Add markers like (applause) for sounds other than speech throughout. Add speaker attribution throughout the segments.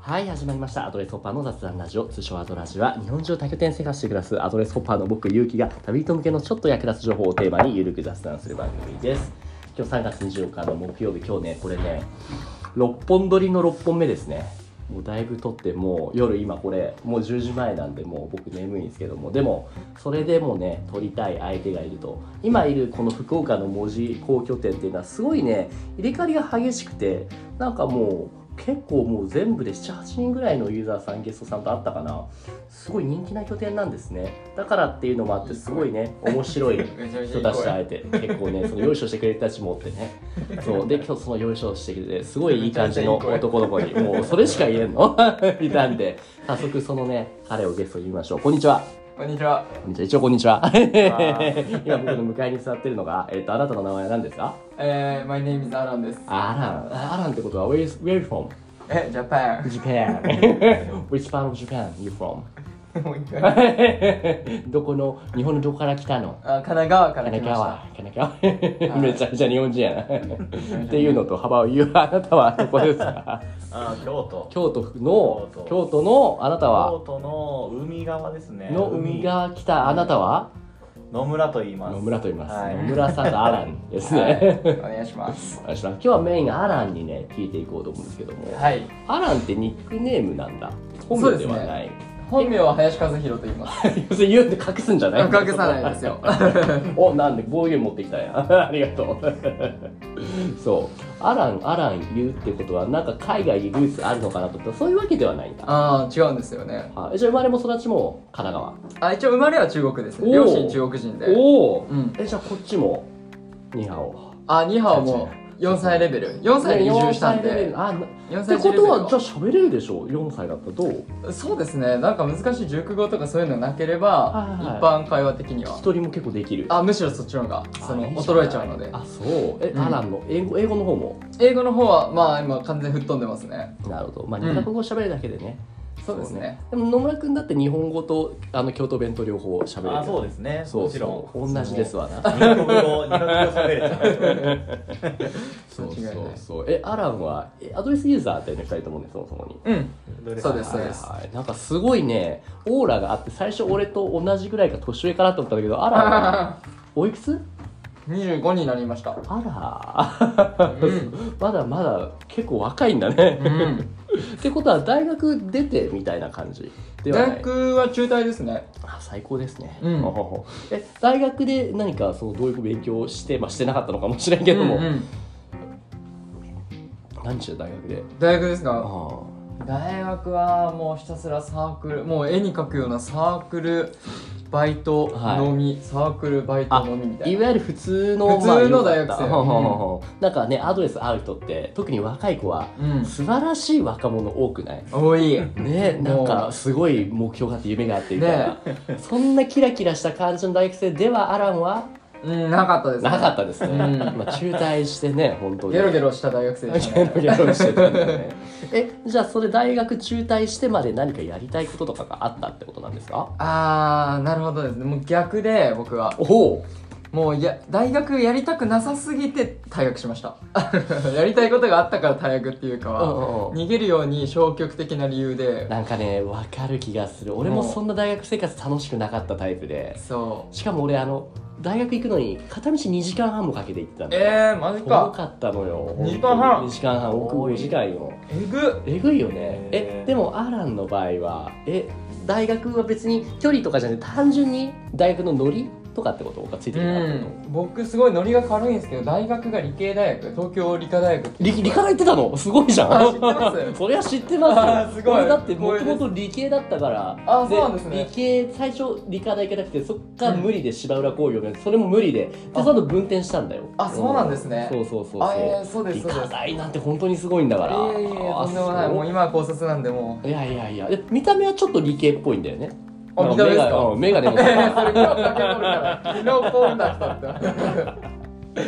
Speaker 1: はい、始まりました。アドレスホッパーの雑談ラジオ、通称アドラジは、日本中を多拠点生活して暮らすアドレスホッパーの僕、ゆうきが、旅人向けのちょっと役立つ情報をテーマに、ゆるく雑談する番組です。今日3月24日の木曜日、今日ね、これね、6本撮りの6本目ですね。もうだいぶ撮って、もう夜今これ、もう10時前なんで、もう僕眠いんですけども、でも、それでもね、撮りたい相手がいると、今いるこの福岡の文字工拠点っていうのは、すごいね、入れ替わりが激しくて、なんかもう、結構もう全部で78人ぐらいのユーザーさんゲストさんと会ったかなすごい人気な拠点なんですねだからっていうのもあってすごいね面白い
Speaker 2: めちゃめちゃ
Speaker 1: 人
Speaker 2: いい
Speaker 1: たち
Speaker 2: 声
Speaker 1: と会えて結構 (laughs) ねその用意書してくれた人たちもおってねそうで今日その用意書してくれてすごいいい感じの男の子にもうそれしか言えんの (laughs) いたんで早速そのね彼をゲストに見ましょうこんにちは
Speaker 2: こんにちは。
Speaker 1: こんにちは一応こんにち (laughs) は
Speaker 2: ー
Speaker 1: 今僕の向かいに座ってるのが、えっとあなたの名前は何ですか
Speaker 2: えー、my name is Alan です。
Speaker 1: アランアランってことは Where is, where you from?
Speaker 2: え、Japan。
Speaker 1: Japan. (laughs) Which part of Japan you from?
Speaker 2: (laughs)
Speaker 1: (laughs)
Speaker 2: もう一回。
Speaker 1: どこの日本のどこから来たの
Speaker 2: あ、神奈川から
Speaker 1: 神
Speaker 2: 来
Speaker 1: 奈
Speaker 2: ま
Speaker 1: 川
Speaker 2: し。
Speaker 1: 神奈川。めちゃめちゃ日本人やな。っていうのと幅を言うあなたはどこですか
Speaker 3: あー京都
Speaker 1: 京都の
Speaker 3: 京都
Speaker 1: 京都のあなた
Speaker 3: 京
Speaker 1: は
Speaker 3: 都の海側ですね
Speaker 1: の海が来たあなたは
Speaker 3: 野村と言います
Speaker 1: 野村と言います。
Speaker 3: はい
Speaker 1: 野村さんとアランです
Speaker 2: た。
Speaker 1: ね。
Speaker 2: はい、お願いします。
Speaker 1: お願いします今日はメインアランにね聞いていこうと思うんですけども、
Speaker 2: はい。
Speaker 1: アランってニックネームなんだ。本名ではない。
Speaker 2: 本名は林和弘と言います。
Speaker 1: (laughs) 要するに言うんで隠すんじゃない
Speaker 2: 隠さないですよ。
Speaker 1: おなんで暴言持ってきたんや (laughs) ありがとうそうアランアラン言うってことはなんか海外にルーツあるのかなと思ったらそういうわけではないんだ
Speaker 2: (laughs) あー、違うんですよね。
Speaker 1: あえじゃあ生まれも育ちも神奈
Speaker 2: あ、一応生まれは中国です
Speaker 1: お
Speaker 2: ね。
Speaker 1: ー
Speaker 2: 両親中国人で
Speaker 1: 川。おお、
Speaker 2: うん
Speaker 1: えじゃあこっちもニハオ
Speaker 2: あ、ニハオも4歳レベル。4歳で移住したん
Speaker 1: 4歳レベ
Speaker 2: で
Speaker 1: ル。あなっ
Speaker 2: 4
Speaker 1: て
Speaker 2: 歳
Speaker 1: こ
Speaker 2: 中レベ
Speaker 1: と
Speaker 2: ル
Speaker 1: はじゃあ
Speaker 2: は。
Speaker 1: 喋れるでしょ4歳だったらどう
Speaker 2: そうですね。なんか難しい熟語とかそういうのなけれ
Speaker 1: は
Speaker 2: ば、
Speaker 1: いは
Speaker 2: 一
Speaker 1: い
Speaker 2: 般会話的には
Speaker 1: 一。人も結構できる
Speaker 2: あ、むしろそっちの方が、その、
Speaker 1: あいいじゃな
Speaker 2: 衰えちゃうので。
Speaker 1: あそうえ、
Speaker 2: うん
Speaker 1: アランの英語英語の方も
Speaker 2: 英語の方は、まあ今完全に吹っ飛んでますね。
Speaker 1: なるほどまあ
Speaker 2: うん
Speaker 1: 2カ国語喋れるだけでね、
Speaker 2: そうですね。
Speaker 1: でも野村君だって日本語とあの京都弁と両方喋れる
Speaker 3: あそうですね
Speaker 1: そう
Speaker 3: もちろん
Speaker 1: そう同じですわな
Speaker 3: 二国語二国語喋れち
Speaker 1: (laughs)
Speaker 3: ゃう
Speaker 1: そう
Speaker 2: 間違
Speaker 1: そう
Speaker 2: いない
Speaker 1: そうえアランはえアドレスユーザーだよね2人ともねそもそもに
Speaker 2: うん。
Speaker 3: どれ
Speaker 2: そうです
Speaker 3: はい
Speaker 1: はいはいなんかすごいねオーラがあって最初俺と同じぐらいか年上かなと思ったんだけどアランは
Speaker 2: (laughs)
Speaker 1: おいくつ
Speaker 2: 25になりました。
Speaker 1: あら、
Speaker 2: うん
Speaker 1: (laughs) まだまだ結構若いんだね
Speaker 2: うん。
Speaker 1: ってことは大学出てみたいな感じではな
Speaker 2: 大
Speaker 1: い
Speaker 2: 学は中退ですね。
Speaker 1: あ最高ですね、
Speaker 2: うん
Speaker 1: ほほほえ大学で何かそのどういう勉強をして、まあ、してなかったのかもしれんけども、
Speaker 2: うんうん
Speaker 1: 何してた大学で
Speaker 2: 大学ですか
Speaker 1: あ
Speaker 2: 大学はもうひたすらサークル、もう絵に描くようなサークル、バイト、
Speaker 1: はい
Speaker 2: 飲み、サークル、バイト、飲みみた
Speaker 1: あい
Speaker 2: いな。
Speaker 1: わゆる普通の
Speaker 2: 普通の
Speaker 1: まあ良かった
Speaker 2: 大学生
Speaker 1: ほうほうほうほうなんかねアドレスある人って特に若い子は
Speaker 2: うん。
Speaker 1: 素晴らしい若者多くない
Speaker 2: 多い。
Speaker 1: ねなんかすごい目標があって夢があってみたいな、そんなキラキラした感じの大学生ではアランは
Speaker 2: うん、なかったですね。
Speaker 1: なかったですね、
Speaker 2: うん
Speaker 1: まあ、中退してね本当に
Speaker 2: ゲロゲロした大学生でした
Speaker 1: ゲ
Speaker 2: ね。
Speaker 1: ロゲロしてたんだねえじゃあそれ大学中退してまで何かやりたいこととかがあったってことなんですか
Speaker 2: あー、なるほどですね。もう逆で、僕は。
Speaker 1: おお
Speaker 2: もうや大学やりたくなさすぎて退学しました (laughs) やりたいことがあったから退学っていうか
Speaker 1: うんうん
Speaker 2: は
Speaker 1: うん
Speaker 2: 逃げるように消極的な理由で
Speaker 1: なんかね分かる気がする俺もそんな大学生活楽しくなかったタイプで
Speaker 2: そ
Speaker 1: しかも俺あの大学行くのに片道2時間半もかけて行ってたん
Speaker 2: う
Speaker 1: だよ
Speaker 2: えー、マジ
Speaker 1: 遠か
Speaker 2: か
Speaker 1: ったのよ
Speaker 2: 二時間半
Speaker 1: 2時間半奥
Speaker 3: 多い
Speaker 1: 5時間よ
Speaker 2: えぐ
Speaker 1: えぐいよね
Speaker 3: へー
Speaker 1: えでもアランの場合はえ大学は別に距離とかじゃなくて単純に大学のノリとかってことがついて
Speaker 2: う
Speaker 1: きたってこと、
Speaker 2: ん僕すごいノリが軽いんですけど大学が理系大学東京理科大学
Speaker 1: 理理科大行ってたのすごいじゃん
Speaker 2: あ知ってます
Speaker 1: そりゃ知ってま
Speaker 2: あ
Speaker 1: す
Speaker 2: す
Speaker 1: よ
Speaker 2: ごい
Speaker 1: 俺だってもともと理系だったから
Speaker 2: あそうなんです
Speaker 1: 理
Speaker 2: ね
Speaker 1: 系最初理科大行かなくてそっから
Speaker 2: うん
Speaker 1: 無理で芝浦工業でそれも無理でで
Speaker 2: あ
Speaker 1: その後分転したんだよ
Speaker 2: あそうなんですね
Speaker 1: そうそうそう
Speaker 2: あえ
Speaker 1: そ
Speaker 2: ー、そう
Speaker 1: う
Speaker 2: で
Speaker 1: 理
Speaker 2: すそうで
Speaker 1: 科
Speaker 2: す
Speaker 1: 大なんて本当にすごいんだから
Speaker 2: いやいやいやとんでもないもう今は高卒なんでも
Speaker 1: いやいやいやえ見た目はちょっと理系っぽいんだよね
Speaker 2: あ見た目ですか
Speaker 1: メガネ
Speaker 2: うえー、
Speaker 1: の
Speaker 2: (laughs) それ今日かけ取るから昨日こうだったって
Speaker 1: (laughs)
Speaker 2: (laughs)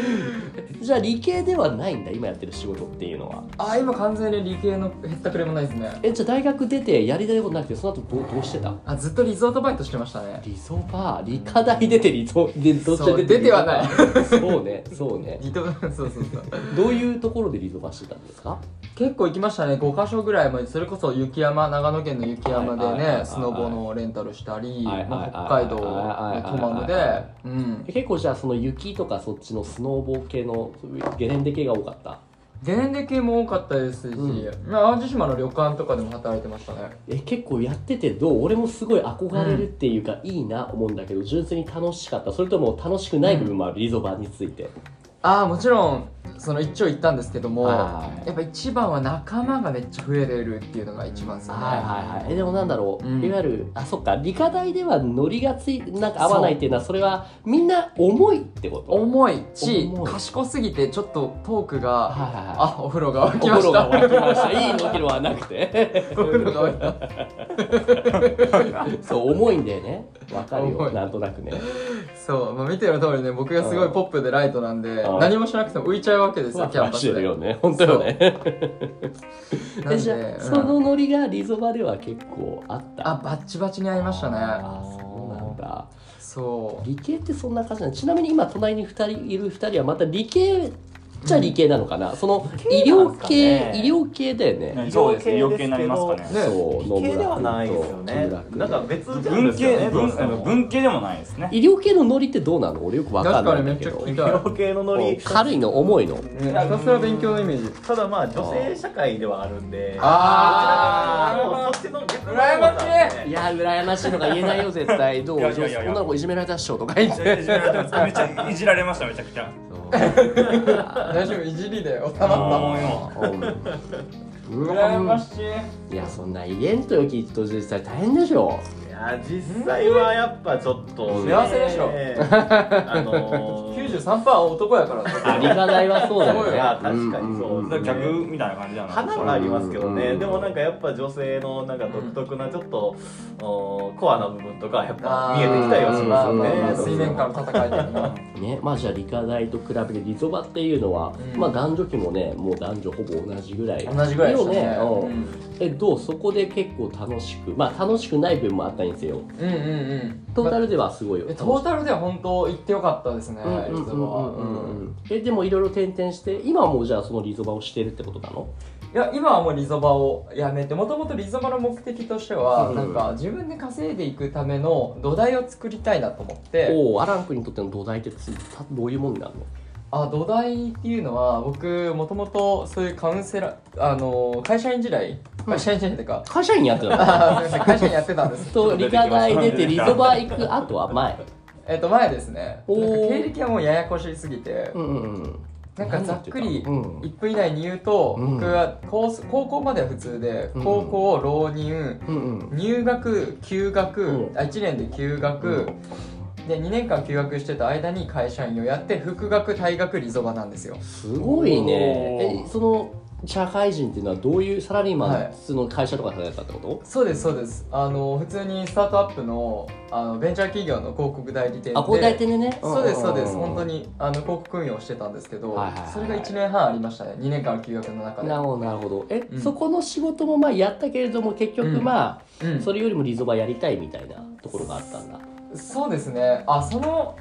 Speaker 1: じゃあ理系ではないんだ今やってる仕事っていうのは
Speaker 2: あ今完全に理系のへったくれもないですね
Speaker 1: えじゃあ大学出てやりたいことなくてその後どうどうしてた
Speaker 2: あずっとリゾートバイトしてましたね
Speaker 1: 理想バー理科大出て理想でどっち
Speaker 2: そう
Speaker 1: で
Speaker 2: 出てはない
Speaker 1: そうねそうね
Speaker 2: リゾそうそうそう
Speaker 1: どういうところで理想バーしてたんですか
Speaker 2: 結構行きましたね5箇所ぐらいまでそれこそ雪山長野県の雪
Speaker 1: は
Speaker 2: 山
Speaker 1: いはいはい
Speaker 2: で
Speaker 1: はい
Speaker 2: ねスノボのレンタルしたり、
Speaker 1: はいはいはい
Speaker 2: まあ、北海道のトマムで
Speaker 1: はいはいはいはい
Speaker 2: うん
Speaker 1: 結構じゃあその雪とかそっちのスノーボー系のゲレンデ系が多かった
Speaker 2: ゲレンデ系も多かったですし、
Speaker 1: う
Speaker 2: まあ、淡路島の旅館とかでも働いてましたね
Speaker 1: え結構やっててどう俺もすごい憧れるっていうか、いいな思うんだけど純粋に楽しかったそれとも楽しくない部分もある、リゾバについて
Speaker 2: ああもちろんその一丁行ったんですけども
Speaker 1: は
Speaker 2: や
Speaker 1: い
Speaker 2: っぱ一番は仲間がめっちゃ増えれるっていうのが一番ですね、
Speaker 1: はいはいはいえでもなんだろう、
Speaker 2: うん
Speaker 1: いわゆるあそっか理科大ではノリがついなんか合わないっていうのはそれはみんな重いってこと
Speaker 2: 重いし
Speaker 1: 重い
Speaker 2: 賢すぎてちょっとトークが、
Speaker 1: はいはいはい
Speaker 2: あお風呂が
Speaker 1: お
Speaker 2: 沸き
Speaker 1: 風呂
Speaker 2: ました
Speaker 1: が沸きましたいいお風呂はなくて
Speaker 2: お風呂が沸いた
Speaker 1: (laughs) そう重いんだよねわかる
Speaker 2: 重
Speaker 1: よ
Speaker 2: い
Speaker 1: なんとなくね
Speaker 2: そう、まあ、見ての通りね僕がすごいポップでライトなんで
Speaker 1: うん
Speaker 2: 何もしなくても浮いちゃうわけです
Speaker 1: ふわ
Speaker 2: よ
Speaker 1: ふ
Speaker 2: キャ
Speaker 1: わ
Speaker 2: ンパ
Speaker 1: し
Speaker 2: ス
Speaker 1: てる
Speaker 2: で
Speaker 1: よね本当よ (laughs) ね
Speaker 2: なん
Speaker 1: え
Speaker 2: で
Speaker 1: じゃあ
Speaker 2: うん
Speaker 1: そのノリがリゾバでは結構あった
Speaker 2: あバッチバチに合いましたね
Speaker 1: あーそうなんだ
Speaker 2: そう
Speaker 1: 理系ってそんな感じなのちなみに今隣に2人いる2人はまた理系じゃ理系なのかな、その医療系、
Speaker 3: なんすかね
Speaker 1: 医療系だよね、
Speaker 4: うんそうです
Speaker 3: 余
Speaker 4: ね余
Speaker 3: 計
Speaker 4: 計になりますか
Speaker 3: です
Speaker 4: ね
Speaker 3: けど
Speaker 2: ね
Speaker 1: そう
Speaker 3: 理系ではないですよねなんか別ジャンル
Speaker 4: 文
Speaker 3: ですよ
Speaker 4: 系
Speaker 3: ねどう
Speaker 4: 文
Speaker 3: しても
Speaker 4: 文系でもないですね
Speaker 1: 医療系のノリってどうなの俺よくわかんないんだけ
Speaker 2: 確
Speaker 1: ど
Speaker 2: かにめっちゃ聞い
Speaker 3: 医療系のノリ
Speaker 1: 軽いの重いの
Speaker 2: ねひたすら勉強のイメージ
Speaker 3: ただまあ女性社会ではあるんで
Speaker 2: あー
Speaker 3: もうそっちの逆の
Speaker 2: 羨ましい
Speaker 3: 方なんで
Speaker 1: いや羨ましいのが言えないよ絶対どう
Speaker 4: いやいやいやいや
Speaker 1: 女の子いじめられたっしょとか言っ
Speaker 4: い (laughs)
Speaker 1: て
Speaker 4: やい (laughs) じめられてますめっちゃいじられましためちゃくちゃ
Speaker 2: 大丈夫いじりで収まっ
Speaker 4: も
Speaker 1: う
Speaker 4: うんよ羨ましい
Speaker 1: いやそんなイベントよきっと実際大変でしょ
Speaker 3: いや実際はやっぱちょっとね
Speaker 2: 幸せでしょ
Speaker 3: あの
Speaker 1: (laughs)
Speaker 2: た
Speaker 3: ー
Speaker 2: 93%男やからね
Speaker 1: あ理科大はそうだよね
Speaker 3: いや確かにそう
Speaker 1: うん
Speaker 4: だから逆みたいな感じだな
Speaker 3: 花はありますけど
Speaker 1: う
Speaker 3: ね
Speaker 1: ん
Speaker 3: でもなんかやっぱ女性のなんか独特なちょっと、おコアな部分とかやっぱ見えてきたりはします
Speaker 1: うん
Speaker 3: ね
Speaker 1: あー
Speaker 2: まあまあまあ
Speaker 1: うん
Speaker 2: 水面下の戦いでね
Speaker 1: ねまあじゃあ理科大と比べてリゾバっていうのは、
Speaker 2: うん
Speaker 1: まあ男女比もねもう男女ほぼ同じぐらい
Speaker 2: 同じぐらいでしたね
Speaker 1: よ
Speaker 2: う
Speaker 1: ね、
Speaker 2: ん
Speaker 1: うんえどうそこで結構楽しくまあ楽しくない部分もあったんですよ
Speaker 2: うんうんうん
Speaker 1: トータルではすごいよ、
Speaker 2: えトータルでは本当行ってよかったですね
Speaker 1: うんうん
Speaker 2: リゾ
Speaker 1: うん
Speaker 2: バ
Speaker 1: う
Speaker 2: うん
Speaker 1: んうんえでもいろいろ転々して今はもうじゃあそのリゾバをしてるってことなの
Speaker 2: いや今はもうリゾバをやめてもともとリゾバの目的としては、
Speaker 1: うん
Speaker 2: なんか自分で稼いでいくための土台を作りたいなと思って
Speaker 1: おおアラン君にとっての土台ってつたどういうもんになるの
Speaker 2: あ土台っていうのは僕もともとそういうカウンセラーあの会社員時代
Speaker 1: うん
Speaker 2: 会社員時代っていうか、
Speaker 1: 会社員やってたの
Speaker 2: あすいません会社員やってた
Speaker 1: (laughs)
Speaker 2: んです
Speaker 1: と理科大出てリゾバ行く後は前
Speaker 2: えっと前ですね
Speaker 1: おー
Speaker 2: なんか経歴はもうややこしすぎて、
Speaker 1: うんうんうん
Speaker 2: なんかざっくり
Speaker 1: うん
Speaker 2: 1分以内に言うと、
Speaker 1: うん
Speaker 2: 僕は高す高校までは普通で、
Speaker 1: うん
Speaker 2: 高校浪人
Speaker 1: うんうん
Speaker 2: 入学休学、
Speaker 1: うん
Speaker 2: あ1年で休学、
Speaker 1: うん
Speaker 2: で2年間休学してた間に会社員をやって復学退学リゾバなんですよ
Speaker 1: すごいね
Speaker 4: おー
Speaker 1: えその社会人っていうのはどういうサラリーマン、
Speaker 2: はい
Speaker 1: 普通の会社とかで働いてたってこと
Speaker 2: そうですそうですあの普通にスタートアップのあのベンチャー企業の広告代理店で
Speaker 1: あこう代理店でね
Speaker 2: そうですそうです
Speaker 1: んんん
Speaker 2: 本当にあの広告運用をしてたんですけど、
Speaker 1: はいはいはい
Speaker 2: それが1年半ありましたね2年間の休学の中で
Speaker 1: なるほどなるほどえ、
Speaker 2: うん
Speaker 1: そこの仕事もまあやったけれども結局まあ、
Speaker 2: うん、
Speaker 1: それよりもリゾバやりたいみたいなところがあったんだ
Speaker 2: そうですねあその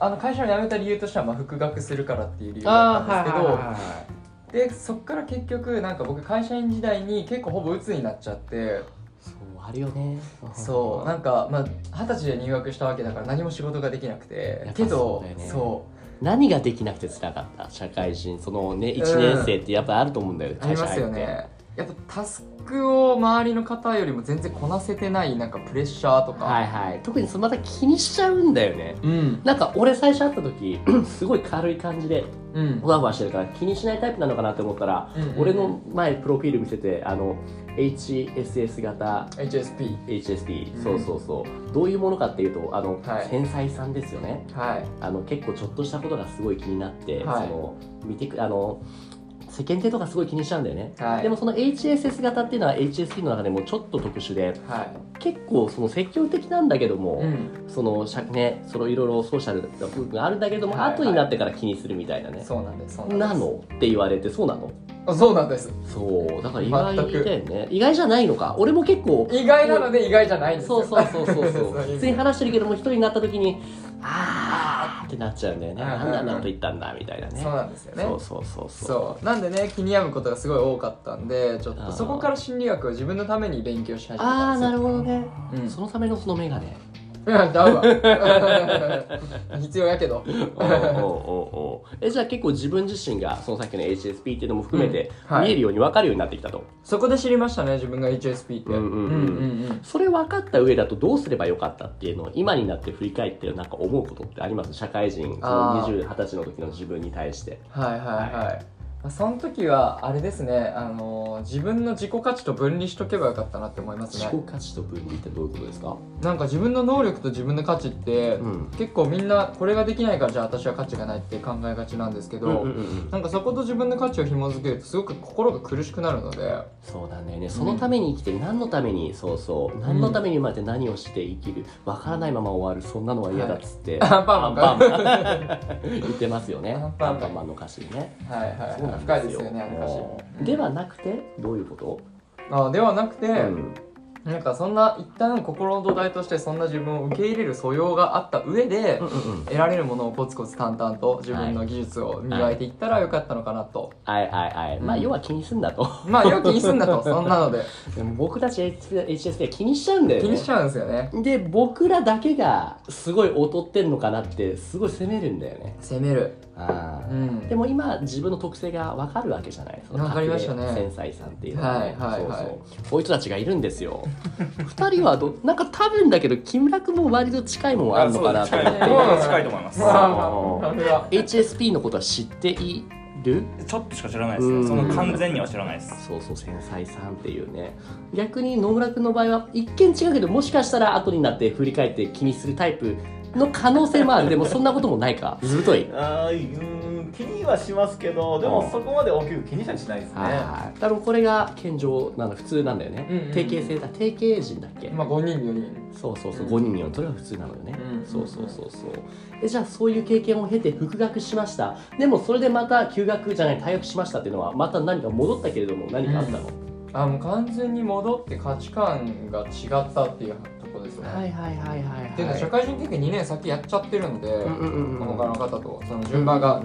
Speaker 2: あの会社を辞めた理由としては、まあ、復学するからっていう理由だったんですけど、でそっから結局なんか僕会社員時代に結構ほぼ鬱になっちゃって
Speaker 1: そうあるよね
Speaker 2: そうなんかまあ二十歳で入学したわけだから何も仕事ができなくて
Speaker 1: やっぱ
Speaker 2: けど
Speaker 1: そうだよね
Speaker 2: そ
Speaker 1: 何ができなくてつらかった社会人そのね1年生ってやっぱあると思うんだよね、
Speaker 2: うありますよねやっぱタスクを周りの方よりも全然こなせてないなんかプレッシャーとか、
Speaker 1: はいはい特にそのまた気にしちゃうんだよね
Speaker 2: うん
Speaker 1: なんか俺最初会った時 (clears throat) すごい軽い感じで
Speaker 2: うん
Speaker 1: ふわふわしてるから気にしないタイプなのかなって思ったら、
Speaker 2: うん
Speaker 1: 俺の前プロフィール見せてあの HSS 型
Speaker 2: HSP
Speaker 1: HSP、
Speaker 2: うん
Speaker 1: そうそうそうどういうものかっていうとあの、
Speaker 2: はい
Speaker 1: 繊細さんですよね
Speaker 2: はい
Speaker 1: あの結構ちょっとしたことがすごい気になって、
Speaker 2: はい
Speaker 1: その見てくあの世間体とかすごい気にしちゃうんだよね、
Speaker 2: はい
Speaker 1: でもその HSS 型っていうのは HSP の中でもちょっと特殊で
Speaker 2: はい
Speaker 1: 結構その積極的なんだけども、
Speaker 2: うん
Speaker 1: そのしゃねそのいろいろソーシャルな部分があるんだけども、
Speaker 2: はいはい
Speaker 1: 後になってから気にするみたいなね
Speaker 2: そうなんですそうなんです
Speaker 1: なのって言われてそうなの
Speaker 2: あそうなんです
Speaker 1: そうだから意外だ
Speaker 2: 全く
Speaker 1: よね意外じゃないのか俺も結構
Speaker 2: 意外なので意外じゃないんです
Speaker 1: そ
Speaker 2: よ (laughs)
Speaker 1: うそうそうそうそう
Speaker 2: そういう意味
Speaker 1: 普通に話してるけども一人になった時にああってなっちゃうんだよね
Speaker 2: うんうんうん
Speaker 1: なんであんなこと言ったんだみたいなね
Speaker 2: そうなんですよね
Speaker 1: そうそうそうそう
Speaker 2: そうなんでね気に病むことがすごい多かったんでちょっ
Speaker 1: あー
Speaker 2: とそこから心理学を自分のために勉強し始め
Speaker 1: あ
Speaker 2: た
Speaker 1: あ
Speaker 2: んです
Speaker 1: な
Speaker 2: よ
Speaker 1: るほ
Speaker 2: (laughs)
Speaker 1: どね
Speaker 2: うん
Speaker 1: そのためのそのメガネ
Speaker 2: いやだわ (laughs) 必要やけど
Speaker 1: おうおうおうおうえじゃあ結構自分自身がそのさっきの HSP っていうのも含めて
Speaker 2: うんはい
Speaker 1: 見えるように分かるようになってきたと、
Speaker 2: そこで知りましたね自分が HSP って
Speaker 1: うんうんうん
Speaker 2: うん
Speaker 1: それ分かった上だとどうすればよかったっていうのを今になって振り返ってなんか思うことってあります社会人その
Speaker 2: あー
Speaker 1: 20 20歳の時の自分に対して
Speaker 2: はいはいはいまあその時はあれですねあのー自分の自己価値と分離しとけばよかったなって思います
Speaker 1: 自
Speaker 2: ね
Speaker 1: 己価値と分離ってどういうことですか、
Speaker 2: なんか自分の能力と自分の価値って、
Speaker 1: ん
Speaker 2: 結構みんなこれができないからじゃあ私は価値がないって考えがちなんですけど、
Speaker 1: うんうんうん
Speaker 2: なんかそこと自分の価値を紐づけるとすごく心が苦しくなるので
Speaker 1: (laughs) そうだねそのために生きて何のためにそうそう何のために生まれて何をして生きるわからないまま終わるそんなのは嫌だっつって、
Speaker 2: アンパンマンか
Speaker 1: アンパンマン言ってますよ
Speaker 2: (laughs)
Speaker 1: ね
Speaker 2: ア
Speaker 1: ア
Speaker 2: ン
Speaker 1: ン
Speaker 2: パンマン
Speaker 1: パンマンの歌詞ね
Speaker 2: はいはい、
Speaker 1: そうな
Speaker 2: は
Speaker 1: んですよ
Speaker 2: い、深いですよねあの歌詞
Speaker 1: ではなくてどういうこと、
Speaker 2: あではなくて、
Speaker 1: うん
Speaker 2: なんかそんな一旦心の土台としてそんな自分を受け入れる素養があった上で、
Speaker 1: うんうんうん
Speaker 2: 得られるものをコツコツ淡々と自分の技術を磨いていったらよかったのかなと、
Speaker 1: はいはいはい、まあ
Speaker 2: うん
Speaker 1: 要は気にすんだと
Speaker 2: まあよく気にすん
Speaker 1: (laughs)
Speaker 2: だとそんなので
Speaker 1: でも僕たち HSP は気にしちゃうんだよ
Speaker 2: 気
Speaker 1: ね
Speaker 2: にしちゃうんですよね
Speaker 1: で僕らだけがすごい劣ってんのかなってすごい責めるんだよね
Speaker 2: 責める
Speaker 1: あ
Speaker 2: う
Speaker 1: ー
Speaker 2: ん
Speaker 1: でも今自分の特性が分かるわけじゃないその
Speaker 2: わかりましたね
Speaker 1: 隠れ繊細さんっていうのはね
Speaker 2: はいはいはい
Speaker 1: そうそうこういう人たちがいるんですよ二人はどなんか多分だけど木村君も割と近いもんあるのかなと思って
Speaker 2: あそう
Speaker 4: 近い近いと思います。
Speaker 1: あ
Speaker 2: あれは
Speaker 1: HSP のことは知っている
Speaker 4: ちょっとしか知らないですね。その完全には知らないです。
Speaker 1: そうそう繊細さんっていうね逆に野村君の場合は一見違うけどもしかしたら後になって振り返って気にするタイプの可能性もあるでもそんなこともないかずぶとい
Speaker 3: あーうーん気にはしますけどで
Speaker 1: う
Speaker 3: も
Speaker 1: ん
Speaker 3: そこまで大きく気にしたりしないですね
Speaker 1: はいはい多分これが健常なの普通なんだよね、
Speaker 2: うんうんうん
Speaker 1: 定型性だ定型人だっけ、
Speaker 2: まあ5人4人
Speaker 1: そうそうそううん5人に4それは普通なのよね、
Speaker 2: うんうんうん
Speaker 1: そうそうそうそうえじゃあそういう経験を経て復学しましたでもそれでまた休学じゃない退学しましたっていうのはまた何か戻ったけれども何かあったの、
Speaker 2: あもう完全に戻って価値観が違ったっていうとこですね、
Speaker 1: はいはいはいはい
Speaker 2: っていうのは社会人経験2年先やっちゃってるんで、
Speaker 1: うんうんうんうん
Speaker 2: 他の方とその順番が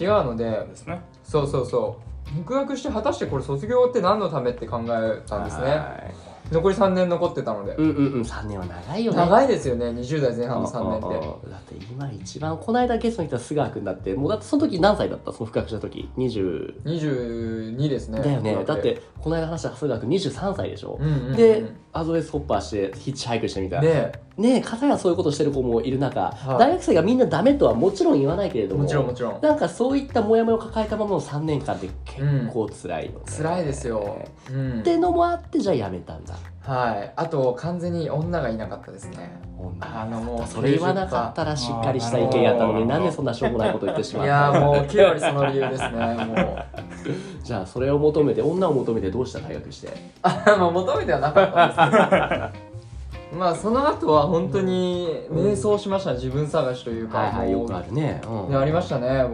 Speaker 2: 違うので、
Speaker 4: です (laughs) ね。
Speaker 2: そうそうそう復学して果たしてこれ卒業って何のためって考えたんですね
Speaker 1: はい
Speaker 2: 残り3年残ってたので、
Speaker 1: うんうんうん3年は長いよね
Speaker 2: 長
Speaker 1: い
Speaker 2: いですよね20代前半の3年って
Speaker 1: だって今一番この間ゲストに来た須川君だってもうだってその時何歳だったその深くした時20
Speaker 2: 22ですね
Speaker 1: だよねだってこの間話した須川君23歳でしょ
Speaker 2: うんうんうん
Speaker 1: でアドレスホッパーしてヒッチハイクしてみたいな
Speaker 2: ね
Speaker 1: ねえ片やそういうことしてる子もいる中、
Speaker 2: はい
Speaker 1: 大学生がみんなダメとはもちろん言わないけれども
Speaker 2: もちろんもちろん
Speaker 1: なんかそういったモヤモヤを抱えたままの3年間って結構辛いよね、
Speaker 2: 辛いですよ、うん
Speaker 1: っ、てのもあってじゃあやめたんだ
Speaker 2: はいあと完全に女がいなかったですねあのもう
Speaker 1: それ言わなかったらしっかりした意見やったのになんでそんなしょうもないこと言ってし
Speaker 2: い
Speaker 1: ま
Speaker 2: や
Speaker 1: った
Speaker 2: ー
Speaker 1: の
Speaker 2: もう9割その理由ですね
Speaker 1: (laughs)
Speaker 2: もう
Speaker 1: じゃあそれを求めて女を求めてどうした大学して
Speaker 2: あまあ求めてはなかったんですけどまあその後は本当に迷走しましたね自分探しというか、
Speaker 1: はいはい
Speaker 2: も
Speaker 1: よ
Speaker 2: う
Speaker 1: くあるね、うん
Speaker 2: ねありましたね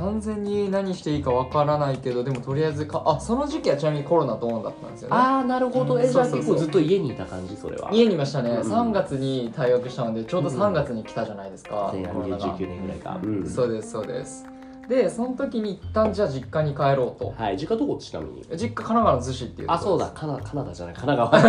Speaker 2: 完全に何していいかわからないけどでもとりあえずかあその時期はちなみにコロナとオンだったんですよね
Speaker 1: ああなるほどえ
Speaker 2: うん
Speaker 1: じゃあ
Speaker 2: そう
Speaker 1: 結
Speaker 2: そう
Speaker 1: 構
Speaker 2: そう
Speaker 1: ずっと家にいた感じそれは
Speaker 2: 家にいましたね、
Speaker 1: うん
Speaker 2: 3月に退学したのでちょうど3月に来たじゃないですか、コロナが
Speaker 1: 19年ぐらいか、うん
Speaker 2: そうですそうですでその時に一旦じゃあ実家に帰ろうと
Speaker 1: はい実家どこちなみに
Speaker 2: 実家神奈川の逗子っていうところ
Speaker 1: あそうだ
Speaker 2: で
Speaker 1: カナカナダじ
Speaker 2: (laughs)
Speaker 1: ゃない神奈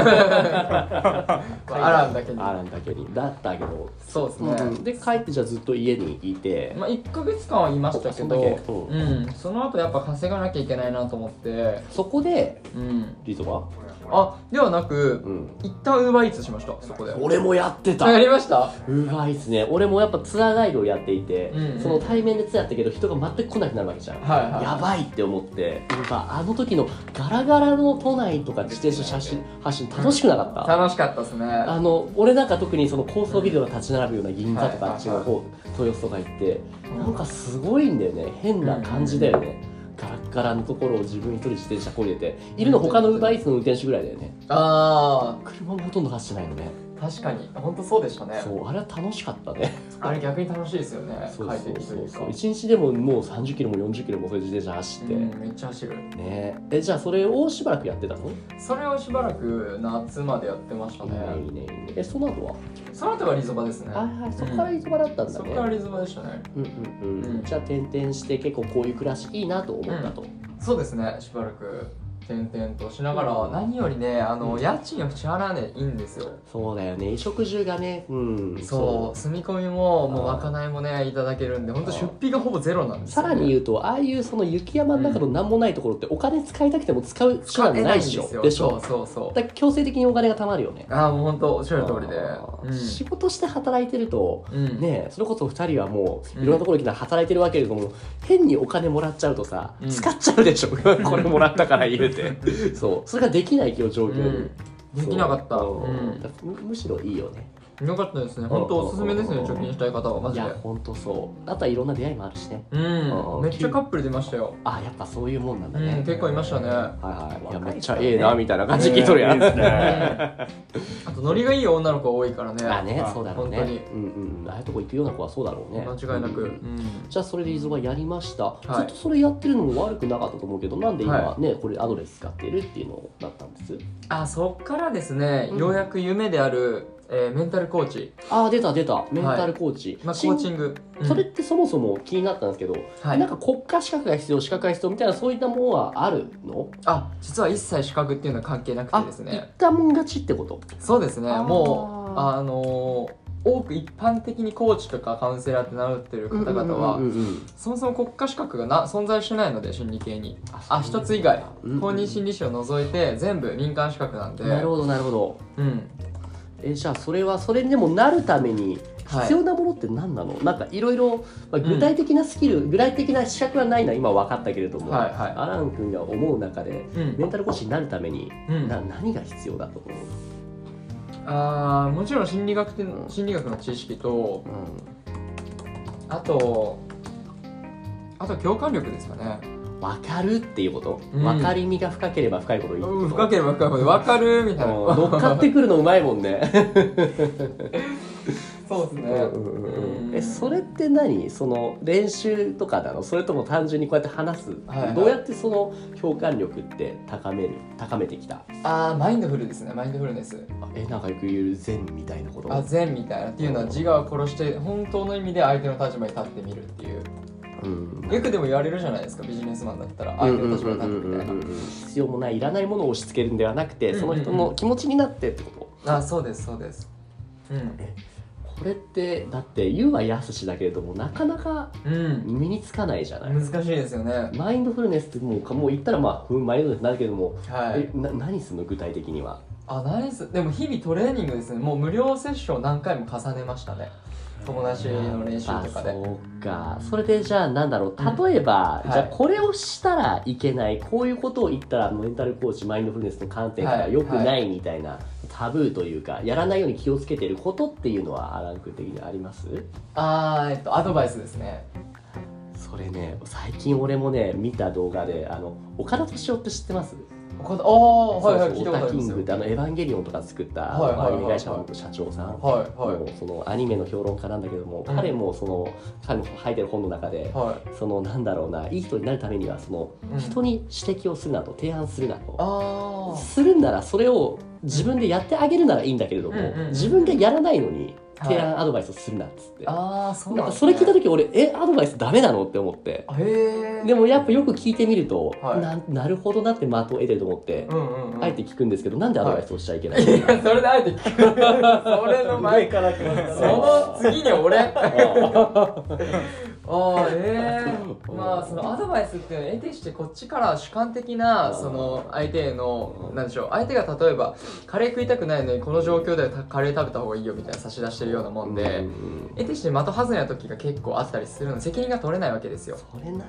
Speaker 1: 川
Speaker 2: すまあアランだけに
Speaker 1: あらんだけにだったけど、
Speaker 2: そうですね、
Speaker 1: うんで帰ってじゃあずっと家にいて、
Speaker 2: まあ、1か月間はいましたけ
Speaker 1: そんだけ
Speaker 2: ど、
Speaker 1: うん
Speaker 2: うん、その後やっぱ稼がなきゃいけないなと思って、
Speaker 1: そこで
Speaker 2: うん、
Speaker 1: リゾは、
Speaker 2: あではなく、
Speaker 1: うん、
Speaker 2: 一旦ウーバーイーツしましたそこで
Speaker 1: 俺もやってた
Speaker 2: あやりました
Speaker 1: うまいっすね俺もやっぱツアーガイドをやっていて、
Speaker 2: うん
Speaker 1: その対面でツアーやったけど人が全く来なくなるわけじゃん、
Speaker 2: はいはい
Speaker 1: やばいって思ってやっぱあの時のガラガラの都内とか自転車写真発信楽しくなかった、
Speaker 2: 楽しかったですね
Speaker 1: あの俺なんか特にその高層ビルが立ち並ぶような銀座とか
Speaker 2: はい
Speaker 1: あっちの方豊洲とか行ってなんかすごいんだよね変な感じだよねガラッガラのところを自分一人自転車こいでているの他のウーバーイーツの運転手ぐらいだよね
Speaker 2: あ
Speaker 1: 車もほとんど走ってないのね
Speaker 2: ー確かに本当そうでしたね
Speaker 1: そうあれは楽しかったね
Speaker 2: あれ逆に楽しいですよね
Speaker 1: そう
Speaker 2: 快
Speaker 1: そう
Speaker 2: 適と
Speaker 1: そ
Speaker 2: いううか
Speaker 1: そう一日でももう30キロも40キロもそういう自転車走って、
Speaker 2: うんめっちゃ走る
Speaker 1: ねえじゃあそれをしばらくやってたの、
Speaker 2: それをしばらく夏までやってましたね、
Speaker 1: いいねいいねえその後は、
Speaker 2: その後はリゾバですね
Speaker 1: はいはいそこからいつばだったんだ
Speaker 2: そ
Speaker 1: ね、
Speaker 2: こからリゾバでしたね
Speaker 1: うんうんうん、
Speaker 2: うん
Speaker 1: じゃあ転々して結構こういう暮らしいいなと思ったと、
Speaker 2: そうですねしばらく転々としながら、
Speaker 1: うん
Speaker 2: 何よりねあの、
Speaker 1: うん
Speaker 2: 家賃を支払わないいんですよ
Speaker 1: そうだよね衣食住がねうん
Speaker 2: そう住み込みももう
Speaker 1: あー
Speaker 2: 賄いもねいただけるんで本当
Speaker 1: あー
Speaker 2: 出費がほぼゼロなんですよ
Speaker 1: さ
Speaker 2: ね、
Speaker 1: らに言うとああいうその雪山の中の何もないところってお金使いたくても使う手
Speaker 2: 使
Speaker 1: 段
Speaker 2: え
Speaker 1: ないで
Speaker 2: んです
Speaker 1: しょ
Speaker 2: よ
Speaker 1: でしょ
Speaker 2: そうそうそ
Speaker 1: だから強制的にお金が貯まるよね
Speaker 2: うああもう本当おっしゃる通りで
Speaker 1: あー仕事して働いてると
Speaker 2: うん、うん、
Speaker 1: ねえそれこそ2人はもう
Speaker 2: うん
Speaker 1: いろんなところに来たら働いてるわけれども変にお金もらっちゃうとさ
Speaker 2: うん
Speaker 1: 使っちゃうでしょこれもらったから言うてそうそれができない今日状況
Speaker 2: うん、
Speaker 1: に
Speaker 2: できなかった
Speaker 1: そう
Speaker 2: う
Speaker 1: うん
Speaker 2: ん
Speaker 1: だからむむしろいいよね
Speaker 2: よかったですね本当おすすめですね
Speaker 1: うん
Speaker 2: 貯金したい方はマ
Speaker 1: い
Speaker 2: ジで
Speaker 1: やほんとそうあとはいろんな出会いもあるしね
Speaker 2: うんめっちゃカップル出ましたよ
Speaker 1: あやっぱそういうもんなん
Speaker 2: う
Speaker 1: だ
Speaker 2: ん
Speaker 1: ね
Speaker 2: 結構いましたねうん
Speaker 1: はいはいいや
Speaker 4: 若い
Speaker 1: めっちゃええなみたいな感じで聞いとるやん
Speaker 2: あとノリがいい女の子が多いからね
Speaker 1: まあね
Speaker 4: あ、
Speaker 1: そうだろうね。
Speaker 2: 本当に
Speaker 1: うんうんうん、ああいうとこ行くような子はそうだろうね。
Speaker 2: 間違いなく
Speaker 1: う
Speaker 2: うんん
Speaker 1: じゃあそれで依存がやりました、
Speaker 2: い
Speaker 1: ずっとそれやってるのも悪くなかったと思うけどなんで今
Speaker 2: は
Speaker 1: ね、これアドレス使ってるっていうのだったんです
Speaker 2: あそっからですね
Speaker 1: うん
Speaker 2: ようやく夢であるえーメンタルコーチ
Speaker 1: ああ出た出たメンタルコーチ、
Speaker 2: まあコ
Speaker 1: しん
Speaker 2: ーチングうん
Speaker 1: それってそもそも気になったんですけど、
Speaker 2: は
Speaker 1: なん
Speaker 2: い
Speaker 1: か国家資格が必要資格が必要みたいなそういったものはあるの
Speaker 2: あ実は一切資格っていうのは関係なく
Speaker 1: あ
Speaker 2: てです
Speaker 1: 言
Speaker 2: ね
Speaker 1: ったもん勝ちってこと
Speaker 2: そうですね
Speaker 1: あー
Speaker 2: もうあのー多く一般的にコーチとかカウンセラーって名乗ってる方々
Speaker 1: うん
Speaker 2: は
Speaker 1: うんうんうん
Speaker 2: そもそも国家資格がな存在してないので心理系に
Speaker 1: そう
Speaker 2: あ一つ以外
Speaker 1: うんうん
Speaker 2: 公認心理師を除いて全部民間資格なんで
Speaker 1: なるほどなるほど
Speaker 2: うん
Speaker 1: えじゃあそれはそれにでもなるために
Speaker 2: はい
Speaker 1: 必要なものって何なの、なんかいろいろまあ具体的なスキル、具体的な資格はないのは今分かったけれども、
Speaker 2: はいはい
Speaker 1: アラン君が思う中で
Speaker 2: うん
Speaker 1: メンタル講師になるために、
Speaker 2: うん
Speaker 1: な何が必要だと思う、
Speaker 2: あーもちろん心理学って心理学の知識とあとあと共感力ですかね
Speaker 1: 分かるっていうこと、
Speaker 2: うん
Speaker 1: 分かりみが深ければ深いほどいいってこと、
Speaker 2: うん深ければ深いほど分かるみたいな
Speaker 1: うん乗っかってくるのうまいもんね
Speaker 2: そうですね
Speaker 1: うんうんうん (laughs) うんえそれって何その練習とかなのそれとも単純にこうやって話す、
Speaker 2: はいはい
Speaker 1: どうやってその共感力って高める高めてきた
Speaker 2: あーマインドフルですねマインドフルネス
Speaker 1: あえなんかよく言う善みたいなこと
Speaker 2: あ善みたいなっていうのは自我を殺して本当の意味で相手の立場に立ってみるっていう
Speaker 1: うん
Speaker 2: よくでも言われるじゃないですかビジネスマンだったら
Speaker 1: うんう
Speaker 2: 相手
Speaker 1: んうん
Speaker 2: の立場に立つみた
Speaker 1: う
Speaker 2: い
Speaker 1: んうん必要もないいらないものを押し付けるんではなくて、
Speaker 2: うんうん
Speaker 1: その人の気持ちになってってこと
Speaker 2: なあそうですそうですうん
Speaker 1: これってだって言うはやすしだけれどもなかなか
Speaker 2: うん
Speaker 1: 身につかないじゃない、
Speaker 2: 難しいですよねは
Speaker 1: マインドフルネスってもうかもう言ったらまあふんマインドフルネスになるけれども、
Speaker 2: い
Speaker 1: えな何するの具体的には
Speaker 2: あナイスでも日々トレーニングですねもう無料セッションを何回も重ねましたね友達の練習とかで
Speaker 1: あそうかそれでじゃあなんだろう例えば、
Speaker 2: うん
Speaker 1: じゃあ
Speaker 2: はい
Speaker 1: これをしたらいけないこういうことを言ったらメンタルコーチマインドフルネスの観点から
Speaker 2: はい
Speaker 1: 良くないみたいな、タブーというかやらないように気をつけてることっていうのはアラン君的にあります
Speaker 2: あーえっとアドバイスですね
Speaker 1: それね最近俺もね見た動画であの岡田敏夫って知ってます
Speaker 2: おああはいはい
Speaker 1: そう
Speaker 2: 聞い
Speaker 1: そ
Speaker 2: た
Speaker 1: う
Speaker 2: こ
Speaker 1: オタ
Speaker 2: とあ
Speaker 1: キ
Speaker 2: り
Speaker 1: ン
Speaker 2: ます
Speaker 1: グっ
Speaker 2: よ
Speaker 1: てあの「エヴァンゲリオン」とか作ったあ
Speaker 2: はい
Speaker 1: の
Speaker 2: はいは
Speaker 1: ア
Speaker 2: い
Speaker 1: ニ
Speaker 2: はい
Speaker 1: メ会社の社長さん
Speaker 2: はい
Speaker 1: も
Speaker 2: は
Speaker 1: うそのアニメの評論家なんだけども、
Speaker 2: うん
Speaker 1: 彼もその彼の書いてる本の中で
Speaker 2: い、はい
Speaker 1: そのなんだろうないい人になるためにはその、
Speaker 2: うん
Speaker 1: 人に指摘をするなと提案するなと
Speaker 2: あ
Speaker 1: するんならそれを自分でやってあげるならいいんだけれども、
Speaker 2: うんうんうん
Speaker 1: 自分がやらないのに
Speaker 2: はい
Speaker 1: 提案、アドバイスをするなっつって
Speaker 2: あああそう
Speaker 1: な
Speaker 2: なんん
Speaker 1: か
Speaker 2: ですね
Speaker 1: それ聞いた時俺えアドバイスダメなのって思って
Speaker 2: あへえ
Speaker 1: でもやっぱよく聞いてみると、
Speaker 2: はい
Speaker 1: ななるほどなって的を得てると思って、
Speaker 2: うんうんうん
Speaker 1: あえて聞くんですけどなんでアドバイスをしちゃいけないいの、
Speaker 2: やそれであ
Speaker 1: (laughs)
Speaker 2: えて聞くそれの前
Speaker 3: 上から来ました
Speaker 2: そ
Speaker 3: ね
Speaker 2: の次に俺あ (laughs)
Speaker 1: あ
Speaker 2: あええまあそのアドバイスっていうのは得てしてこっちから主観的なその相手へのなんでしょう相手が例えばカレー食いたくないのにこの状況ではカレー食べた方がいいよみたいな差し出してるようなも
Speaker 1: ー
Speaker 2: んで、
Speaker 1: うんうんうん
Speaker 2: 得てして的外れな時が結構あったりするので責任が取れないわけですよ
Speaker 1: それなのよ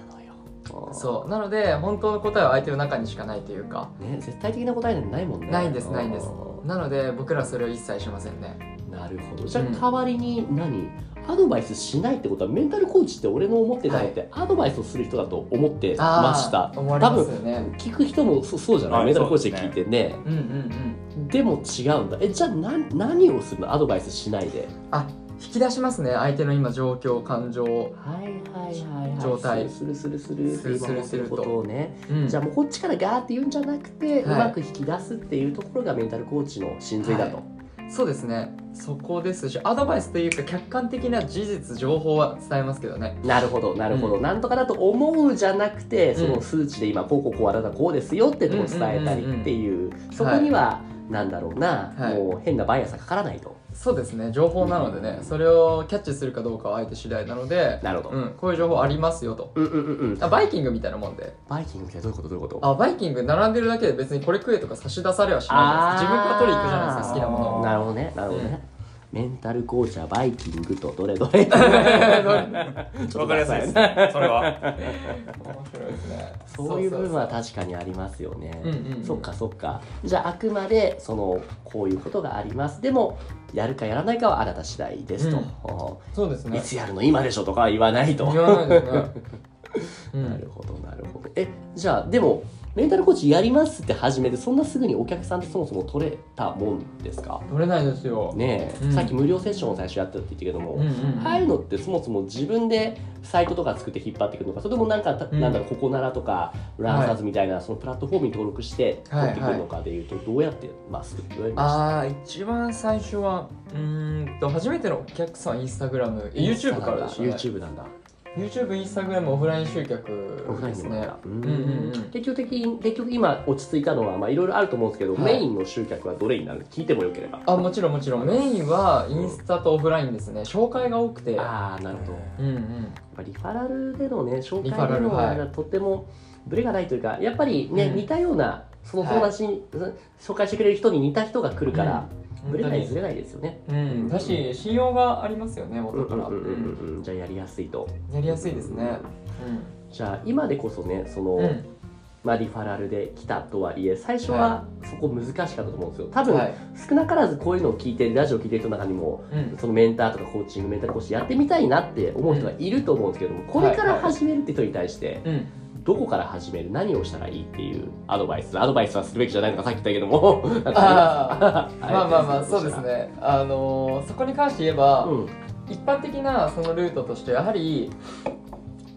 Speaker 1: あー
Speaker 2: そうなので本当の答えは相手の中にしかないというか
Speaker 1: ね絶対的な答えなんてないもんね
Speaker 2: ないんですないんです
Speaker 1: あー
Speaker 2: なので僕らはそれを一切しませんね
Speaker 1: なるほどじゃあ
Speaker 2: うん
Speaker 1: 代わりに何アドバイスしないってことはメンタルコーチって俺の思ってたのってアドバイスをする人だと思ってました
Speaker 2: あー思
Speaker 1: 多
Speaker 2: われますよ
Speaker 1: 分
Speaker 2: ね
Speaker 1: 聞く人もそそうじゃない
Speaker 4: はい
Speaker 1: メンタルコーチで聞いてね
Speaker 2: うんうんうん
Speaker 1: でも違うんだえじゃあな何をするのアドバイスしないで
Speaker 2: あ引き出しますね相手の今状況感情を
Speaker 1: はいはいはいはい
Speaker 2: 状態
Speaker 1: するするするす
Speaker 2: す
Speaker 1: る
Speaker 2: る
Speaker 1: す
Speaker 2: す
Speaker 1: る
Speaker 2: る
Speaker 1: す
Speaker 2: す
Speaker 1: る
Speaker 2: ると
Speaker 1: ことをね
Speaker 2: うん
Speaker 1: じゃあもうこっちからガーって言うんじゃなくて、う
Speaker 2: はい
Speaker 1: まく引き出すっていうところがメンタルコーチの真髄だと、
Speaker 2: はそうですねそこですしアドバイスというか客観的な事実情報は伝えますけどね
Speaker 1: なるほどなるほど、
Speaker 2: う
Speaker 1: なんとかだと思うじゃなくて
Speaker 2: ん
Speaker 1: その数値で今こうこうこうあなたこうですよってのを伝えたりっていうそこにはなんだろうな、
Speaker 2: はい
Speaker 1: もう変なバイアスがかからないと
Speaker 2: そうですね情報なのでね、
Speaker 1: うん
Speaker 2: それをキャッチするかどうかは相手次第なので、
Speaker 1: なるほど、
Speaker 2: うん、こういう情報ありますよと
Speaker 1: うん、うんうんうん
Speaker 2: あバイキングみたいなもんで
Speaker 1: バイキングってどういうことどういうこと
Speaker 2: あバイキング並んでるだけで別にこれ食えとか差し出されはしないじゃないですか自分から取りに行くじゃないですか好きなものを
Speaker 4: あー
Speaker 1: なるほどねなるほどね、メンタルコーチはバイキングとどれどれちょっと
Speaker 4: わかりやすいですねそれ (laughs) は
Speaker 2: 面白いですね
Speaker 1: そういう部分は確かにありますよね。
Speaker 2: うんうんうん
Speaker 1: そっかそっか。じゃああくまでそのこういうことがあります。でもやるかやらないかはあなた次第ですと。
Speaker 2: うんそうです
Speaker 1: うんい
Speaker 2: ね
Speaker 1: つやるの今でしょとかは言わないと。
Speaker 2: 言わないですね、う
Speaker 1: なる
Speaker 2: ん、
Speaker 1: ほどなるほど。えじゃあでもメンタルコーチやりますって始めてそんなすぐにお客さんってそもそも取れたもんですか
Speaker 2: 取れないですよ、
Speaker 1: ねえ、
Speaker 2: うん
Speaker 1: さっき無料セッションを最初やったって言ったけども、
Speaker 2: うんうん
Speaker 1: ああいうのってそもそも自分でサイトとか作って引っ張ってくるのかそれともなんか、た
Speaker 2: うん
Speaker 1: なんだろうここならとかランサーズみたいな、そのプラットフォームに登録して
Speaker 2: はい
Speaker 1: 取ってくるのかでいうと、どうやってますどうやりま
Speaker 2: ああ一番最初はうーんと初めてのお客さんインスタグラム
Speaker 1: した
Speaker 2: YouTube からでしょ、ね、
Speaker 1: YouTube なんだ
Speaker 2: YouTube インスタグラムオフライン集客
Speaker 1: オフライ
Speaker 2: で
Speaker 1: ン
Speaker 2: す
Speaker 1: のもの
Speaker 2: ね
Speaker 1: か
Speaker 2: うんうんうん
Speaker 1: 結局的に結局今落ち着いたのはまあいろいろあると思うんですけど、
Speaker 2: はい
Speaker 1: メインの集客はどれになる聞いてもよければ
Speaker 2: あもちろんもちろんメインはインスタとオフラインですね紹介が多くて
Speaker 1: ああなるほどや
Speaker 2: うんうん
Speaker 1: っぱリファラルでのね紹
Speaker 2: リファ
Speaker 1: 介
Speaker 2: ラ
Speaker 1: での
Speaker 2: ルはい
Speaker 1: はとってもブレがないというかやっぱりね、
Speaker 2: うん
Speaker 1: 似たようなその友達に、紹介してくれる人に似た人が来るから、ぶれないずれないですよね。
Speaker 2: うんだし信用がありますよね元からうん
Speaker 1: うんじゃあやりやすいと。
Speaker 2: やりやすいですね
Speaker 1: じゃあ今でこそねその、
Speaker 2: うんうん
Speaker 1: まあ、リファラルで来たとはいえ最初はそこ難しかったと思うんですよ。多分、
Speaker 2: はい
Speaker 1: 少なからずこういうのを聞いてるラジオを聞いてる人の中にも
Speaker 2: うん
Speaker 1: そのメンターとかコーチングメンタルコーチやってみたいなって思う人がいると思うんですけども、これから始めるって人に対して
Speaker 2: うん
Speaker 1: どこから始める何をしたらいいっていうアドバイスアドバイスはするべきじゃないのかさっき言ったけどもなんかあります
Speaker 2: まあまあまあそうです。ねあのーそこに関して言えば、
Speaker 1: うん
Speaker 2: 一般的なそのルートとしてやはり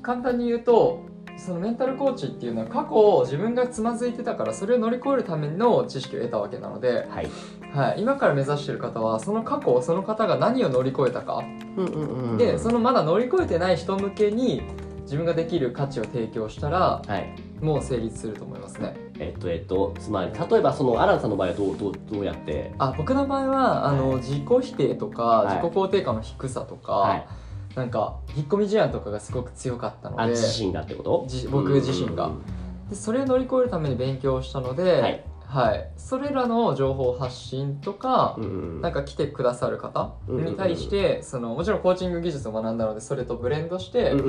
Speaker 2: 簡単に言うとそのメンタルコーチっていうのは過去自分がつまずいてたからそれを乗り越えるための知識を得たわけなので、
Speaker 1: はい。
Speaker 2: はい、今から目指してる方はその過去その方が何を乗り越えたか、
Speaker 1: うん
Speaker 2: (laughs)
Speaker 1: うんうん
Speaker 2: でそのまだ乗り越えてない人向けに自分ができる価値を提供したら
Speaker 1: はい。
Speaker 2: もう成立すると思いますね。
Speaker 1: えっとえっとつまり例えばそのアランさんの場合はどうどうどうやって
Speaker 2: あ僕の場合はあの、
Speaker 1: はい
Speaker 2: 自己否定とか、
Speaker 1: い
Speaker 2: 自己肯定感の低さとか、
Speaker 1: はい
Speaker 2: なんか引っ込み思案とかがすごく強かったの
Speaker 1: あ
Speaker 2: で。
Speaker 1: 自身がってこと
Speaker 2: じ僕自身が
Speaker 1: うん
Speaker 2: でそれを乗り越えるために勉強したので、
Speaker 1: はい
Speaker 2: はいそれらの情報発信とか、
Speaker 1: うんうん
Speaker 2: なんか来てくださる方
Speaker 1: うん
Speaker 2: に対して、そのもちろんコーチング技術を学んだのでそれとブレンドして、
Speaker 1: うんう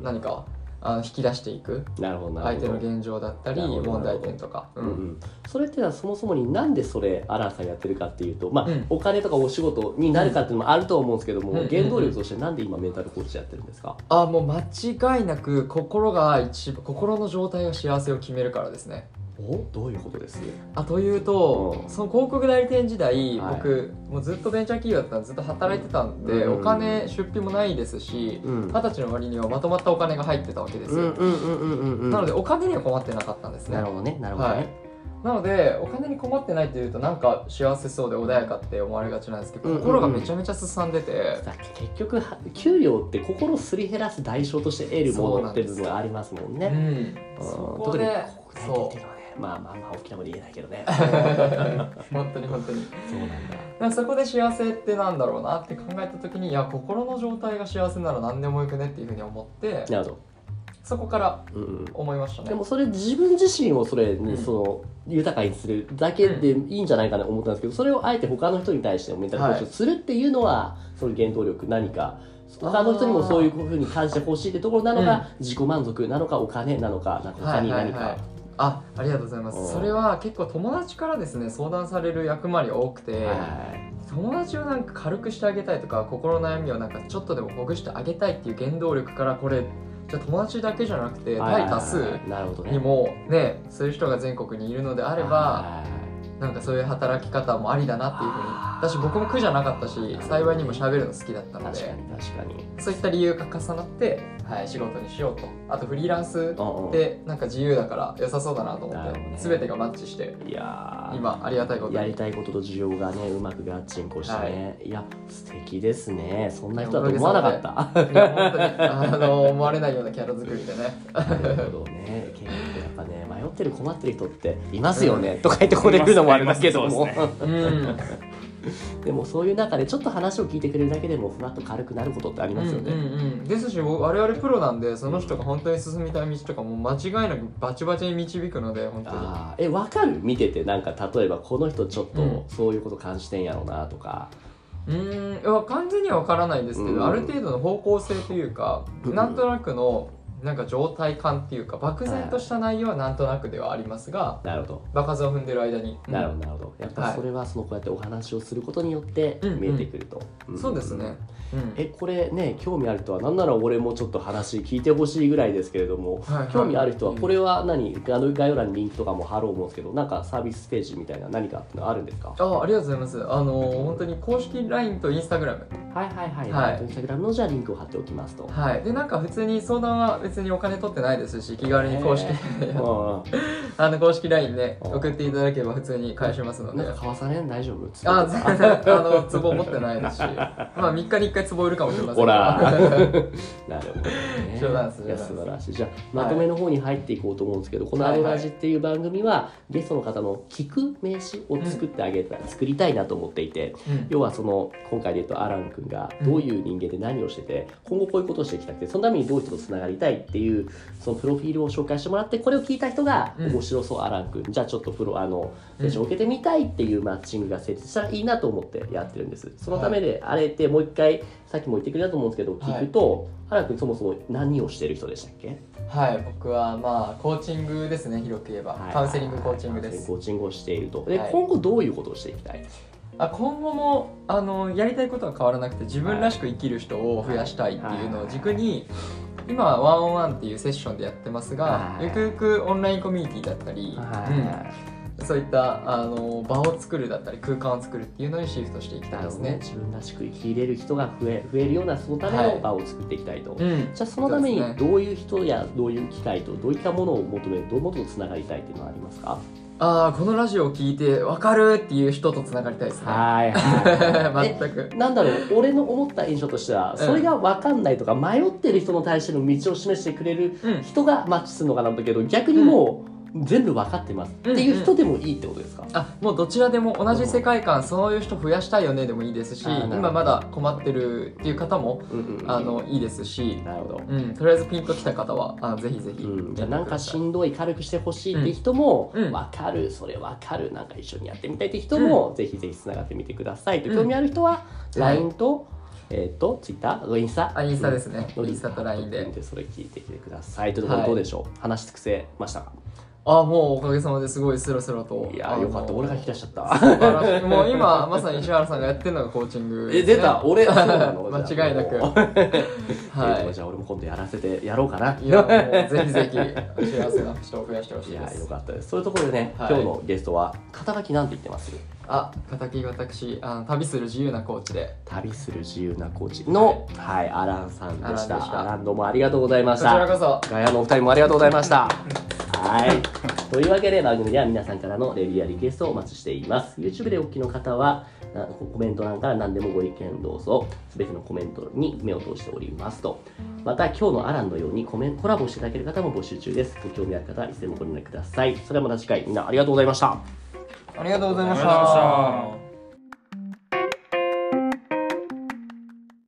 Speaker 1: ん
Speaker 2: 何かあの引き出していく
Speaker 1: なるほどなる
Speaker 2: 相
Speaker 1: ほど
Speaker 2: 手の現状だったり
Speaker 1: なるほど
Speaker 2: 問題点とか、う
Speaker 1: うんんうんそれってのはそもそもになんでそれアランさんやってるかっていうとまあ、
Speaker 2: うん
Speaker 1: お金とかお仕事になるかっていうのもあると思うんですけども、
Speaker 2: うんうんうん
Speaker 1: 原動力としてなんで今メンタルコーチやってるんですか、
Speaker 2: あもう間違いなく心が一番心の状態が幸せを決めるからですね。
Speaker 1: おどういうことです
Speaker 2: あというと、
Speaker 1: うん
Speaker 2: その広告代理店時代、
Speaker 1: はい
Speaker 2: 僕もうずっとベンチャー企業だったんでずっと働いてたんで、
Speaker 1: うん
Speaker 2: お金出費もないですし、
Speaker 1: うん
Speaker 2: 二十歳の割にはまとまったお金が入ってたわけです
Speaker 1: うんうん
Speaker 2: よ、
Speaker 1: うんうんうん
Speaker 2: なのでお金には困ってなかったんですね
Speaker 1: なるほどねなるほどね、
Speaker 2: はいなのでお金に困ってないっていうとなんか幸せそうで穏やかって思われがちなんですけど、
Speaker 1: うんうんうん
Speaker 2: 心がめちゃめちゃすさんでて、
Speaker 1: だって結局は給料って心をすり減らす代償として得るものって部分がありますもん
Speaker 2: う
Speaker 1: ね。
Speaker 2: ん、
Speaker 1: うん
Speaker 2: そこ
Speaker 1: 特に
Speaker 2: で
Speaker 1: 広告代理店ってい
Speaker 2: そ
Speaker 1: う
Speaker 2: う
Speaker 1: のはねまあまあまあ大きな声で言えないけどね。
Speaker 2: (laughs) 本当に本当に
Speaker 1: (laughs) そうなんだ。
Speaker 2: だからそこで幸せってなんだろうなって考えた時にいや心の状態が幸せなら何でもよくねっていうふうに思って
Speaker 1: なるほ
Speaker 2: そこから
Speaker 1: ど。うんうん
Speaker 2: 思いましたね
Speaker 1: でもそれ自分自身をそれ、ね
Speaker 2: うん
Speaker 1: その豊かにするだけでいいんじゃないかなと思ったんですけどそれをあえて他の人に対してメンタルコーチをするっていうのは、その原動力何か他の人にもそういうふうに感じてほしいってところなのか、自己満足なのかお金なのかなんか他に何か。
Speaker 2: あありがとうございま
Speaker 1: うん
Speaker 2: すそれは結構友達からですね相談される役割が多くて、
Speaker 1: はい
Speaker 2: 友達をなんか軽くしてあげたいとか心の悩みをなんかちょっとでもほぐしてあげたいっていう原動力からこれじゃあ友達だけじゃなくて
Speaker 1: はい
Speaker 2: 対多数
Speaker 1: なるほどね
Speaker 2: にもねそういう人が全国にいるのであれば
Speaker 1: はい
Speaker 2: なんかそういう働き方もありだなっていうふうに私僕も苦じゃなかったし幸いにも喋るの好きだったの
Speaker 1: 確か
Speaker 2: で
Speaker 1: に確かに
Speaker 2: そういった理由が重なって、はい、仕事にしようとあとフリーランス
Speaker 1: うんうん
Speaker 2: でなんか自由だから良さそうだなと思
Speaker 1: な
Speaker 2: っ
Speaker 1: る
Speaker 2: て、
Speaker 1: ほどね
Speaker 2: 全てがマッチして
Speaker 1: いやー
Speaker 2: 今ありがたいこと
Speaker 1: やり
Speaker 2: に
Speaker 1: たいことと需要がねうまくガッチンコしてね、い、や素敵ですねそんな人だと思わなかった
Speaker 2: いや本当に (laughs) あの思われないようなキャラ作りでね
Speaker 1: なるほどね結構やっぱね迷ってる困ってる人っていますよね、とか言ってここで来るのもあれだけど
Speaker 4: い
Speaker 1: も、
Speaker 4: ますねいま
Speaker 2: うん
Speaker 1: でもそういう中でちょっと話を聞いてくれるだけでもふわっと軽くなることってありますよね、
Speaker 2: うんうんうん、ですし我々プロなんでその人が本当に進みたい道とかも間違いなくバチバチに導くので本当に
Speaker 1: あーえわかる見ててなんか例えばこの人ちょっ
Speaker 2: うん
Speaker 1: とそういうこと感じてんやろうなとか、
Speaker 2: うーんいや完全には分からないですけど、
Speaker 1: うん
Speaker 2: ある程度の方向性というか、
Speaker 1: うん
Speaker 2: なんとなくのなんか状態感っていうか漠然とした内容はなんとなくではありますが
Speaker 1: なるほど
Speaker 2: 場数を踏んでる間に、うん
Speaker 1: なるほどなるほどやっぱ
Speaker 2: はい
Speaker 1: それはそのこうやってお話をすることによって
Speaker 2: うんうん
Speaker 1: 見えてくると、ん
Speaker 2: そうですね、うん
Speaker 1: えこれね興味ある人は何なら俺もちょっと話聞いてほしいぐらいですけれども、
Speaker 2: はいはい
Speaker 1: 興味ある人はこれは何、あの概要欄にリンクとかも貼ろう思うんですけどなんかサービスステージみたいな何かっていうのはあるんですか
Speaker 2: あありがとうございますあのー本当に公式 LINE と Instagram
Speaker 1: はいはいはい、
Speaker 2: はい
Speaker 1: インスタグラムのじゃあリンクを貼っておきますと、 (laughs)
Speaker 2: はいでなんか普通に相談は別にお金取ってないですし気軽に公式、
Speaker 1: へう
Speaker 2: あの公式 LINE で
Speaker 1: うん
Speaker 2: 送っていただければ普通に返しますの
Speaker 1: ん、な
Speaker 2: で
Speaker 1: んか買わされん大丈夫
Speaker 2: あ全然 (laughs) あの壺持ってないですしまあ3日に1回壺売るかもしれませんけど
Speaker 1: ほら
Speaker 2: (laughs)
Speaker 1: なるほどね
Speaker 2: 冗談です
Speaker 1: いや素
Speaker 2: 冗
Speaker 1: 晴
Speaker 2: 談
Speaker 1: らしいじゃあまとめの方に入っていこうと思うんですけど、この「アドラジ」っていう番組は、ゲストの方の聞く名詞を作ってあげた、作りたいなと思っていて
Speaker 2: うん
Speaker 1: 要はその今回で言うとアラン君がどういう人間で何をしてて、今後こういうことをしていきたくてそのためにどういう人とつながりたいっていうそのプロフィールを紹介してもらってこれを聞いた人が
Speaker 2: うん
Speaker 1: 面白そう、アラン君じゃあちょっとプロあの
Speaker 2: う
Speaker 1: セ
Speaker 2: ん
Speaker 1: ッションを受けてみたいっていうマッチングが成立したらいいなと思ってやってるんですそのためであれってもう一回さっきも言ってくれたと思うんですけど聞くと、アラン君そもそも何をしてる人でしたっけ
Speaker 2: はい、僕はまあコーチングですね、広く言えば、カウンセリングコーチングで
Speaker 1: カウンセリン
Speaker 2: す
Speaker 1: グ。コーチングをしているとで、
Speaker 2: はい
Speaker 1: 今後どういうことをしていきたい
Speaker 2: あ、今後もあのやりたいことは変わらなくて、自分らしく生きる人を増やしたいっていうのを軸に。今はワンオンワンっていうセッションでやってますが
Speaker 1: は、い
Speaker 2: ゆくゆくオンラインコミュニティだったり、うん、そういったあの場を作るだったり、空間を作るっていうのにシフトしていきた
Speaker 1: ないるほ
Speaker 2: です
Speaker 1: どね
Speaker 2: ね。
Speaker 1: 自分らしく生きれる人が増え増えるようなそのため
Speaker 2: は
Speaker 1: の
Speaker 2: い
Speaker 1: 場を作っていきたいと、
Speaker 2: うん、
Speaker 1: じゃあそのために
Speaker 2: そうです
Speaker 1: どういう人やどういう機会とどういったものを求めるどういうものとつながりたいっていうのはありますか
Speaker 2: ああ、このラジオを聞いて、わかるっていう人とつながりたいですね。
Speaker 1: はい (laughs) は
Speaker 2: (laughs) 全く。
Speaker 1: なんだろう俺の思った印象としては、
Speaker 2: うん
Speaker 1: それが分かんないとか迷ってる人の対しての道を示してくれる
Speaker 2: うん、
Speaker 1: 人がマッチするのかなだけど逆にもう全部分かってますっていう人でもいいってことですか、
Speaker 2: あもうどちらでも同じ世界観そういう人増やしたいよねでもいいですし
Speaker 1: あーなるほど
Speaker 2: 今まだ困ってるっていう方も
Speaker 1: うんうんうん
Speaker 2: あのいいですし、
Speaker 1: なるほど
Speaker 2: うん、とりあえずピンときた方はあぜひぜひ、
Speaker 1: うん、じゃあなんかしんどい軽くしてほしいっ
Speaker 2: う
Speaker 1: て
Speaker 2: ん
Speaker 1: 人も、
Speaker 2: うん
Speaker 1: わかるそれわかるなんか一緒にやってみたいって人も、ぜひぜひつながってみてくださいと、
Speaker 2: うん
Speaker 1: 興味ある人は
Speaker 2: うん
Speaker 1: LINE と、えっ、と Twitter インスタ、
Speaker 2: あインスタですすね、
Speaker 1: うん
Speaker 2: インスタと LINE で
Speaker 1: それ聞いてきてくださいというところどうでしょう、話してくせましたか
Speaker 2: あもうおかげさまですごいスラスラと
Speaker 1: い
Speaker 2: あ
Speaker 1: や
Speaker 2: の
Speaker 1: よかった俺が引き出しちゃった
Speaker 2: 素晴らしいもう今まさに石原さんがやってるのがコーチング
Speaker 1: (laughs) え
Speaker 2: ですね、
Speaker 1: 出た俺そうなの
Speaker 2: (laughs) 間違いな
Speaker 1: (laughs) じ
Speaker 2: く
Speaker 1: ゃあもうえーと
Speaker 2: は
Speaker 1: じゃあ俺も今度やらせてやろうかない
Speaker 2: いやもうぜひぜひ (laughs) 幸せな人を増やしてほし
Speaker 1: い
Speaker 2: い
Speaker 1: や
Speaker 2: です
Speaker 1: よかったですそういうところでね、
Speaker 2: はい
Speaker 1: 今日のゲストは肩書きなんて言ってます
Speaker 2: あ敵私あの旅する自由なコーチで
Speaker 1: 旅する自由なコーチの、はい、アランさんでした。
Speaker 2: アランでした
Speaker 1: アランどうもありがとうございま
Speaker 2: こ
Speaker 1: し
Speaker 2: ちら
Speaker 1: た。
Speaker 2: こそ
Speaker 1: ガヤのお二人もありがとうございま
Speaker 2: (laughs)
Speaker 1: した。はい。というわけで番組では皆さんからのレビューやリクエストをお待ちしています。YouTube でお聞きの方は、なコメント欄から何でもご意見どうぞ、すべてのコメントに目を通しておりますと。また、今日のアランのようにコメンコラボしていただける方も募集中です。ご興味ある方は、いつでもご連絡ください。それではまた次回、みんなありがとうございました。
Speaker 2: ありがとうございまし
Speaker 4: ありがとうございましたた。